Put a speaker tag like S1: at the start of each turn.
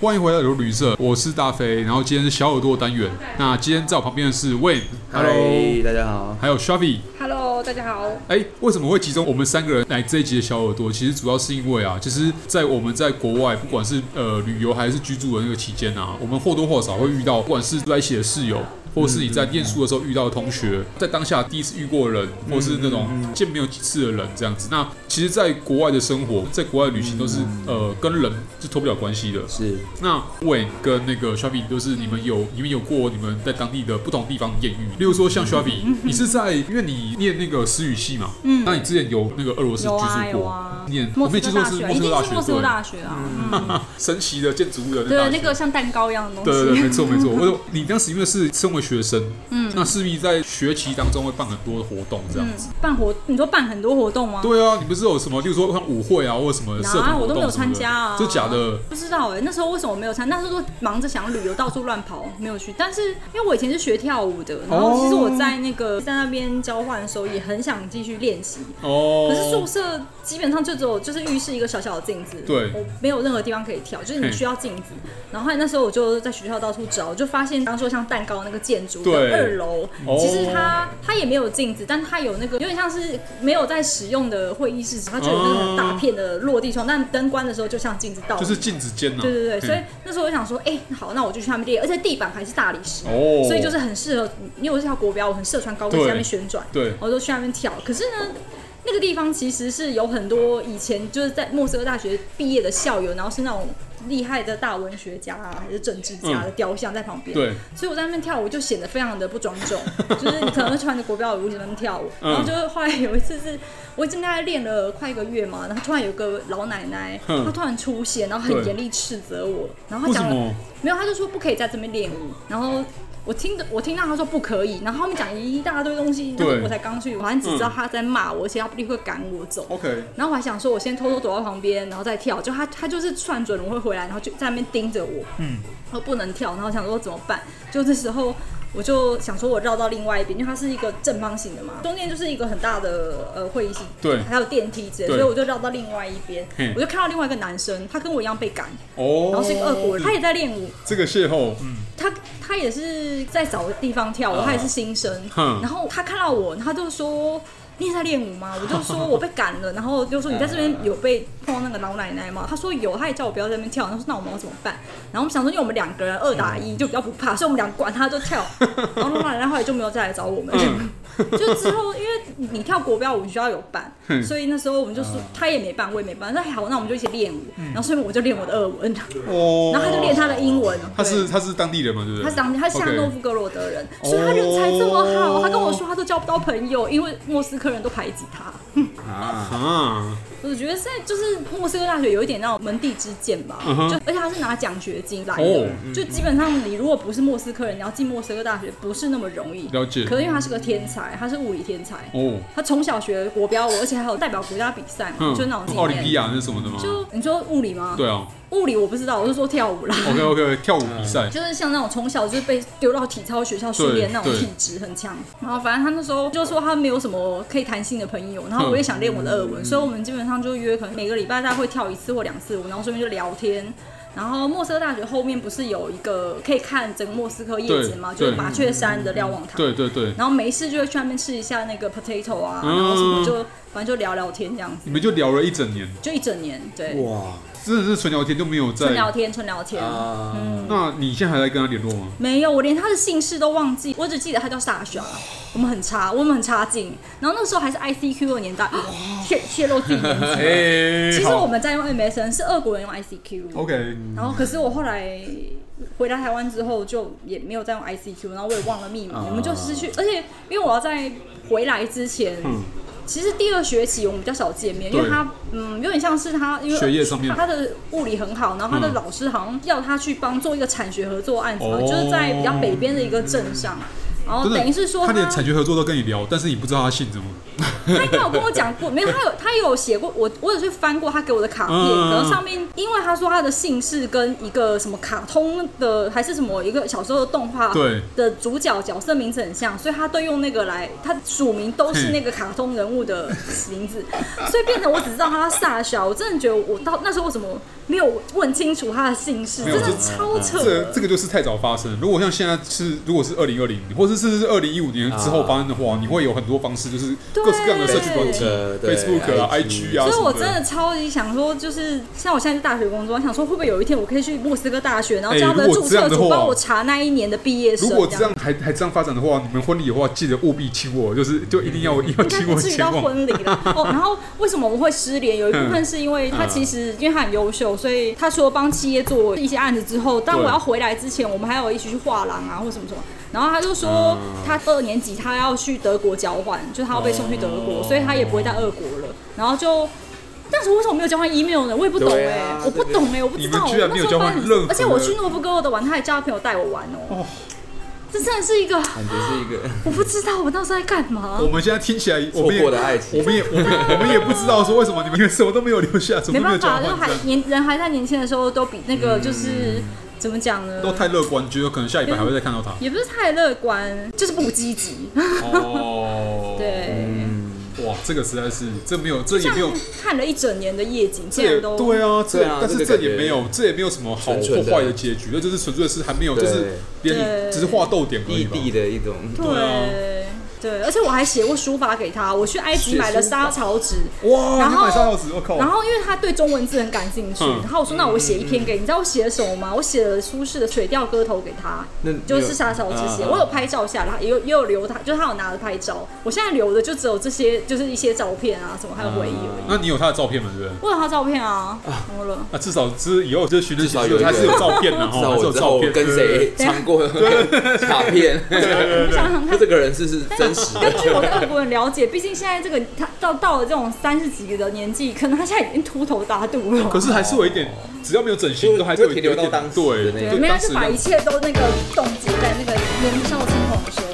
S1: 欢迎回到刘旅社，我是大飞，然后今天是小耳朵的单元。那今天在我旁边的是 Wayne，Hello，
S2: 嗨，大家好。
S1: 还有 Shavi。
S3: Hello，大家好。
S1: 哎，为什么会集中我们三个人来这一集的小耳朵？其实主要是因为啊，其实，在我们在国外，不管是呃旅游还是居住的那个期间啊，我们或多或少会遇到，不管是住在一起的室友，或者是你在念书的时候遇到的同学，在当下第一次遇过的人，或是那种见没有几次的人这样子。那其实，在国外的生活，在国外旅行都是呃跟人是脱不了关系的。
S2: 是，
S1: 那 Wayne 跟那个 Shavi 都是你们有你们有过你们在当地的不同地方的艳遇，例如说像
S3: 嗯
S1: Shavi，你是在因为你念那个私语系嘛，嗯，那你之前有那个俄罗斯居
S3: 有啊
S1: 住
S3: 有
S1: 过，
S3: 啊，
S1: 念我
S3: 莫
S1: 没
S3: 斯
S1: 记
S3: 科
S1: 错
S3: 大
S1: 是
S3: 学，
S1: 莫
S3: 一
S1: 斯科
S3: 定
S1: 大
S3: 是
S1: 学，
S3: 莫斯科
S1: 对，
S3: 大学啊。嗯，
S1: 神奇的建筑物的
S3: 对，
S1: 那个
S3: 那个
S1: 大学。
S3: 像蛋糕一样的东
S1: 对对对，
S3: 西。
S1: 没错没错。我说你当时因为是身为学生，嗯，那势必在学期当中会办很多的活动这样
S3: 嗯
S1: 子。，
S3: 办活，你说办很多活动吗？
S1: 对啊，你不是有什么，例如说像舞会啊，或者什么社
S3: 哪
S1: 团
S3: 我
S1: 活
S3: 都没有
S1: 动什么
S3: 参
S1: 的
S3: 加啊，
S1: 真假的？
S3: 不知道哎、那时候为什么没有参？那时候都忙着想旅游，到处乱跑，没有去。但是因为我以前是学跳舞的，然后其实我在那个在那边交换的时候，也很想继续练习，
S1: 哦，
S3: 可是宿舍基本上就只有就是浴室一个小小的镜子，
S1: 对
S3: 我没有任何地方可以跳，就是
S1: 嘿
S3: 你需要镜子。然后后来那时候我就在学校到处找，我就发现当初像蛋糕那个建筑的
S1: 对
S3: 二楼
S1: 哦，
S3: 其实它它也没有镜子，但它有那个有点像是没有在使用的会议室，它就有那种很大片的落地窗，但灯关的时候就像镜子倒
S1: 就是镜子间呐、啊。
S3: 对对对，所以
S1: 嘿
S3: 那时候我想说，哎、好，那我就去他们练，而且地板还是大理石，
S1: 哦，
S3: 所以就是很适合，因为我是跳国标，我很适合穿高跟鞋
S1: 对
S3: 在那边旋转。
S1: 对
S3: 我就去那边跳。可是呢，那个地方其实是有很多以前就是在莫斯科大学毕业的校友，然后是那种厉害的大文学家啊，还是政治家的雕像在旁边。
S1: 嗯对，
S3: 所以我在那边跳舞就显得非常的不庄重，就是你可能会穿着国标的舞在那边跳舞，
S1: 嗯
S3: 然后就是后来有一次是。我已经大概练了快一个月嘛，然后突然有个老奶奶，
S1: 嗯
S3: 她突然出现，然后很
S1: 对
S3: 严厉斥责我，然后
S1: 为
S3: 她
S1: 什
S3: 讲了
S1: 么？
S3: 没有，他就说不可以在这边练舞。
S1: 嗯
S3: 然后我听的，我听到他说不可以，然后后面讲一大堆东西，
S1: 对
S3: 然后我才刚去，我还只知道他在骂我，而且他立刻赶我走。
S1: OK，
S3: 然后我还想说，我先偷偷躲到旁边，然后再跳。就他，他就是算准我会回来，然后就在那边盯着我，
S1: 嗯，
S3: 我不能跳。然后想说怎么办？就这时候，我就想说，我绕到另外一边，因为它是一个正方形的嘛，中间就是一个很大的呃会议室，
S1: 对
S3: 还有电梯之类的，
S1: 对
S3: 所以我就绕到另外一边
S1: 嘿，
S3: 我就看到另外一个男生，他跟我一样被赶，
S1: 哦，
S3: 然后是一个俄国人，他也在练舞，
S1: 这个邂逅，嗯，
S3: 他他也是在找地方跳舞，
S1: 啊
S3: 他也是新生。
S1: 哼
S3: 然后他看到我，他就说：“你也在练舞吗？”我就说：“我被赶了。”然后就说：“你在这边有被碰到那个老奶奶吗？”他说：“有。”他也叫我不要在那边跳。然后说：“那我们要怎么办？”然后我们想说，因为我们两个人二打
S1: 嗯
S3: 一就比较不怕，所以我们俩管他就 跳。然后老奶奶后来就没有再来找我们。
S1: 嗯
S3: 就之后，因为你跳国标舞需要有伴
S1: 嗯，
S3: 所以那时候我们就说他也没伴，我也没伴。那还好，那我们就一起练舞。然后顺便我就练我的俄文，
S1: 哦，
S3: 然后他就练他的英文。
S1: 他
S3: 对
S1: 是他是当地人嘛，对不对？
S3: 他是当地，他是
S1: OK
S3: 夏诺夫哥罗德人，
S1: 哦
S3: 所以他人才这么好。他跟我说他都交不到朋友，因为莫斯科人都排挤他。
S2: 啊，
S1: 啊，
S3: 我觉得现在就是莫斯科大学有一点那种门第之见吧，
S1: 嗯哼
S3: 就而且他是拿奖学金来
S1: 哦
S3: 的，就基本上你如果不是莫斯科人，你要进莫斯科大学不是那么容易。
S1: 了解
S3: 可是因为他是个天才，他是物理天才，
S1: 哦，
S3: 他从小学国标舞，而且还有代表国家比赛嘛，
S1: 嗯，
S3: 就那种经
S1: 奥林
S3: 验
S1: 匹亚那什么的吗？
S3: 就你说物理吗？
S1: 对啊
S3: 物理我不知道，我是说跳舞啦。
S1: ，OK OK，跳舞比赛，
S3: 就是像那种从小就是被丢到体操学校训练
S1: 对
S3: 那种
S1: 对
S3: 体质很强，然后反正他那时候就说他没有什么可以谈心的朋友，然后我也想练我的
S1: 嗯
S3: 俄文，所以我们基本上就约可能每个礼拜大概会跳一次或两次舞，然后顺便就聊天。然后莫斯科大学后面不是有一个可以看整个莫斯科夜景嘛，
S1: 对
S3: 就
S1: 对
S3: 是麻雀山的瞭望塔。
S1: 对对对，
S3: 然后没事就会去那边吃一下那个 potato 啊，
S1: 嗯
S3: 然后什么就反正就聊聊天这样子，
S1: 你们就聊了一整年，
S3: 就一整年对，
S2: 哇
S1: 真的是纯聊天都没有在
S3: 纯。聊天纯聊天。
S2: 啊，
S1: 那你现在还在跟他联络吗？
S3: 没有，我连他的姓氏都忘记，我只记得他叫傻小。我们很差，我们很差劲。然后那时候还是 ICQ 的年代，泄泄露自己 年纪。
S1: 哎
S3: 其实我们在用 MSN，是俄国人用 ICQ。
S1: OK，
S3: 然后可是我后来回到台湾之后，就也没有再用 ICQ，然后我也忘了密码，
S2: 啊
S3: 我们就失去。而且因为我要在回来之前。其实第二学期我们比较少见面，因
S1: 嗯
S3: 为
S1: 对
S3: 他嗯有点像是他因为
S1: 学业上面
S3: 他的物理很好，然后他的老师好像要他去帮做一个产学合作案子嘛，
S1: 哦
S3: 就是在比较北边的一个镇上，然后
S1: 真的
S3: 哦等于是说
S1: 他
S3: 他
S1: 连产学合作都跟你聊，但是你不知道他姓什么，
S3: 他应该有跟我讲过，没有，他有他有写过，我我有去翻过他给我的卡
S1: 嗯
S3: 片，
S1: 嗯嗯
S3: 然后上面，因为他说他的姓氏跟一个什么卡通的还是什么一个小时候的动画
S1: 对
S3: 的主角角色名字很像，所以他都用那个来，他署名都是那个卡通人物的 名字，所以变成我只知道他傻小，我真的觉得我到那时候为什么没有问清楚他的姓氏，
S1: 没
S3: 真
S1: 有嗯
S3: 的超扯
S1: 这这个就是太早发生了。如果像现在是，如果是二零二零，或是甚至是二零一五年之后发生的话，你会有很多方式，就是各式各样的社群
S3: 对
S1: 媒体
S2: 啊对
S1: ，Facebook 啊、IG 啊
S3: 所以
S1: 什
S3: 我
S1: 么
S3: 真的超级想说，就是像我现在是大学工作，想说会不会有一天我可以去莫斯科大学，然后叫他们
S1: 哎如
S3: 注
S1: 果这
S3: 册
S1: 样的话
S3: 组帮我查那一年的毕业生。
S1: 如果
S3: 这
S1: 这样还还这样发展的话，你们婚礼的话，记得务必请我，就是就一定要
S2: 嗯
S1: 一定要
S3: 应该
S1: 请
S3: 不
S1: 我
S3: 至于
S1: 前
S3: 到
S1: 往。
S3: 婚礼了 哦。然后为什么我们会失联？有一部分是因为
S1: 嗯
S3: 他其实因为他很优秀，所以他除了帮企业做一些案子之后，当我要回来之前，我们还有一起去画廊啊或什么什么。然后他就
S1: 啊
S3: 说他二年级他要去德国交换，就他要被送去德国，
S1: 嗯
S3: 所以他也不会在俄国了。然后就。但是为什么没有交换 email 呢？我也不懂哎、
S2: 对啊
S3: 我不懂哎、我不知道。
S1: 你们居然没有交换
S3: 我那时候发现
S1: 任何
S3: 而且我去诺夫哥的玩，他还叫他朋友带我玩哦、这真的是一个，
S1: 嗯
S2: 感觉是一个
S3: 我不知道我那时候在干嘛。
S1: 我们现在听起来，我
S2: 错
S1: 们也
S2: 过的爱
S1: 我
S2: 情。
S1: 们也我们我们也不知道说为什么你们你们什么都没有留下，什么
S3: 没
S1: 都没有
S3: 办
S1: 交
S3: 法，
S1: 换
S3: 就，还
S1: 这样嗯
S3: 年人还在年轻的时候，都比那个就是、怎么讲呢？
S1: 都太乐观，觉得可能下礼拜还会再看到他。
S3: 也不是太乐观，就是不积极。
S1: 哦，
S3: 对，
S2: 嗯，
S1: 哇，这个实在是这没有，这也
S3: 像
S1: 没有，
S3: 看了一整年的夜景，
S1: 这
S3: 竟
S1: 也
S3: 然都
S1: 对啊，这
S2: 对啊
S1: 但是
S2: 这个
S1: 这
S2: 感觉
S1: 也没有，这也没有什么好
S2: 纯
S1: 或
S2: 纯的
S1: 坏的结局，那就是纯粹是还没有，就
S2: 对
S1: 是连
S3: 对
S1: 你只是画逗点而已
S2: 异
S1: 吧。
S2: 地的一种，
S1: 对啊
S3: 对对，而且我还写过书法给他，我去埃及
S2: 写
S3: 买了
S2: 书法
S3: 沙草纸。
S1: 哇，
S3: 然
S1: 你
S3: 后
S1: 买三小时，我靠！
S3: 然后，因为他对中文字很感兴趣，
S1: 哦嗯
S3: 然后我说：“那我写一篇给你。”你知道我写了什么吗？我写了苏轼的《水调歌头》给他，
S2: 那你
S3: 就
S2: 有
S3: 是沙草之写，
S2: 啊
S3: 我有拍照下来，也有也有留他，就是他有拿着拍照。我现在留的就只有这些，就是一些照片啊什么，还有回忆而已。
S1: 那你有他的照片吗？对不对？
S3: 我有他照片啊，怎么了？
S1: 那至少之以后这寻人
S2: 至少
S1: 启
S2: 有
S1: 事，
S2: 一个
S1: 他是有照片 的
S2: 知道
S1: 哈，是
S2: 我
S1: 有
S2: 知道
S1: 照
S2: 我
S1: 片。
S2: 跟谁 唱过卡片，
S3: 我想
S2: 就
S3: 想看。
S2: 这个人是是真实
S3: 根
S2: 的。
S3: 据我对俄国人了解，毕竟现在这个他到到了这种三十几的年纪，可能他现在已经秃头大肚了。
S1: 可是还是有一点，
S2: 哦
S1: 只要没有整形，都还是有一点
S2: 会停留到当时
S1: 对
S2: 的那个
S3: 对，没有
S1: 当
S3: 就
S1: 时
S3: 把
S1: 的
S3: 一切都那个冻结在那个年少轻狂的时候。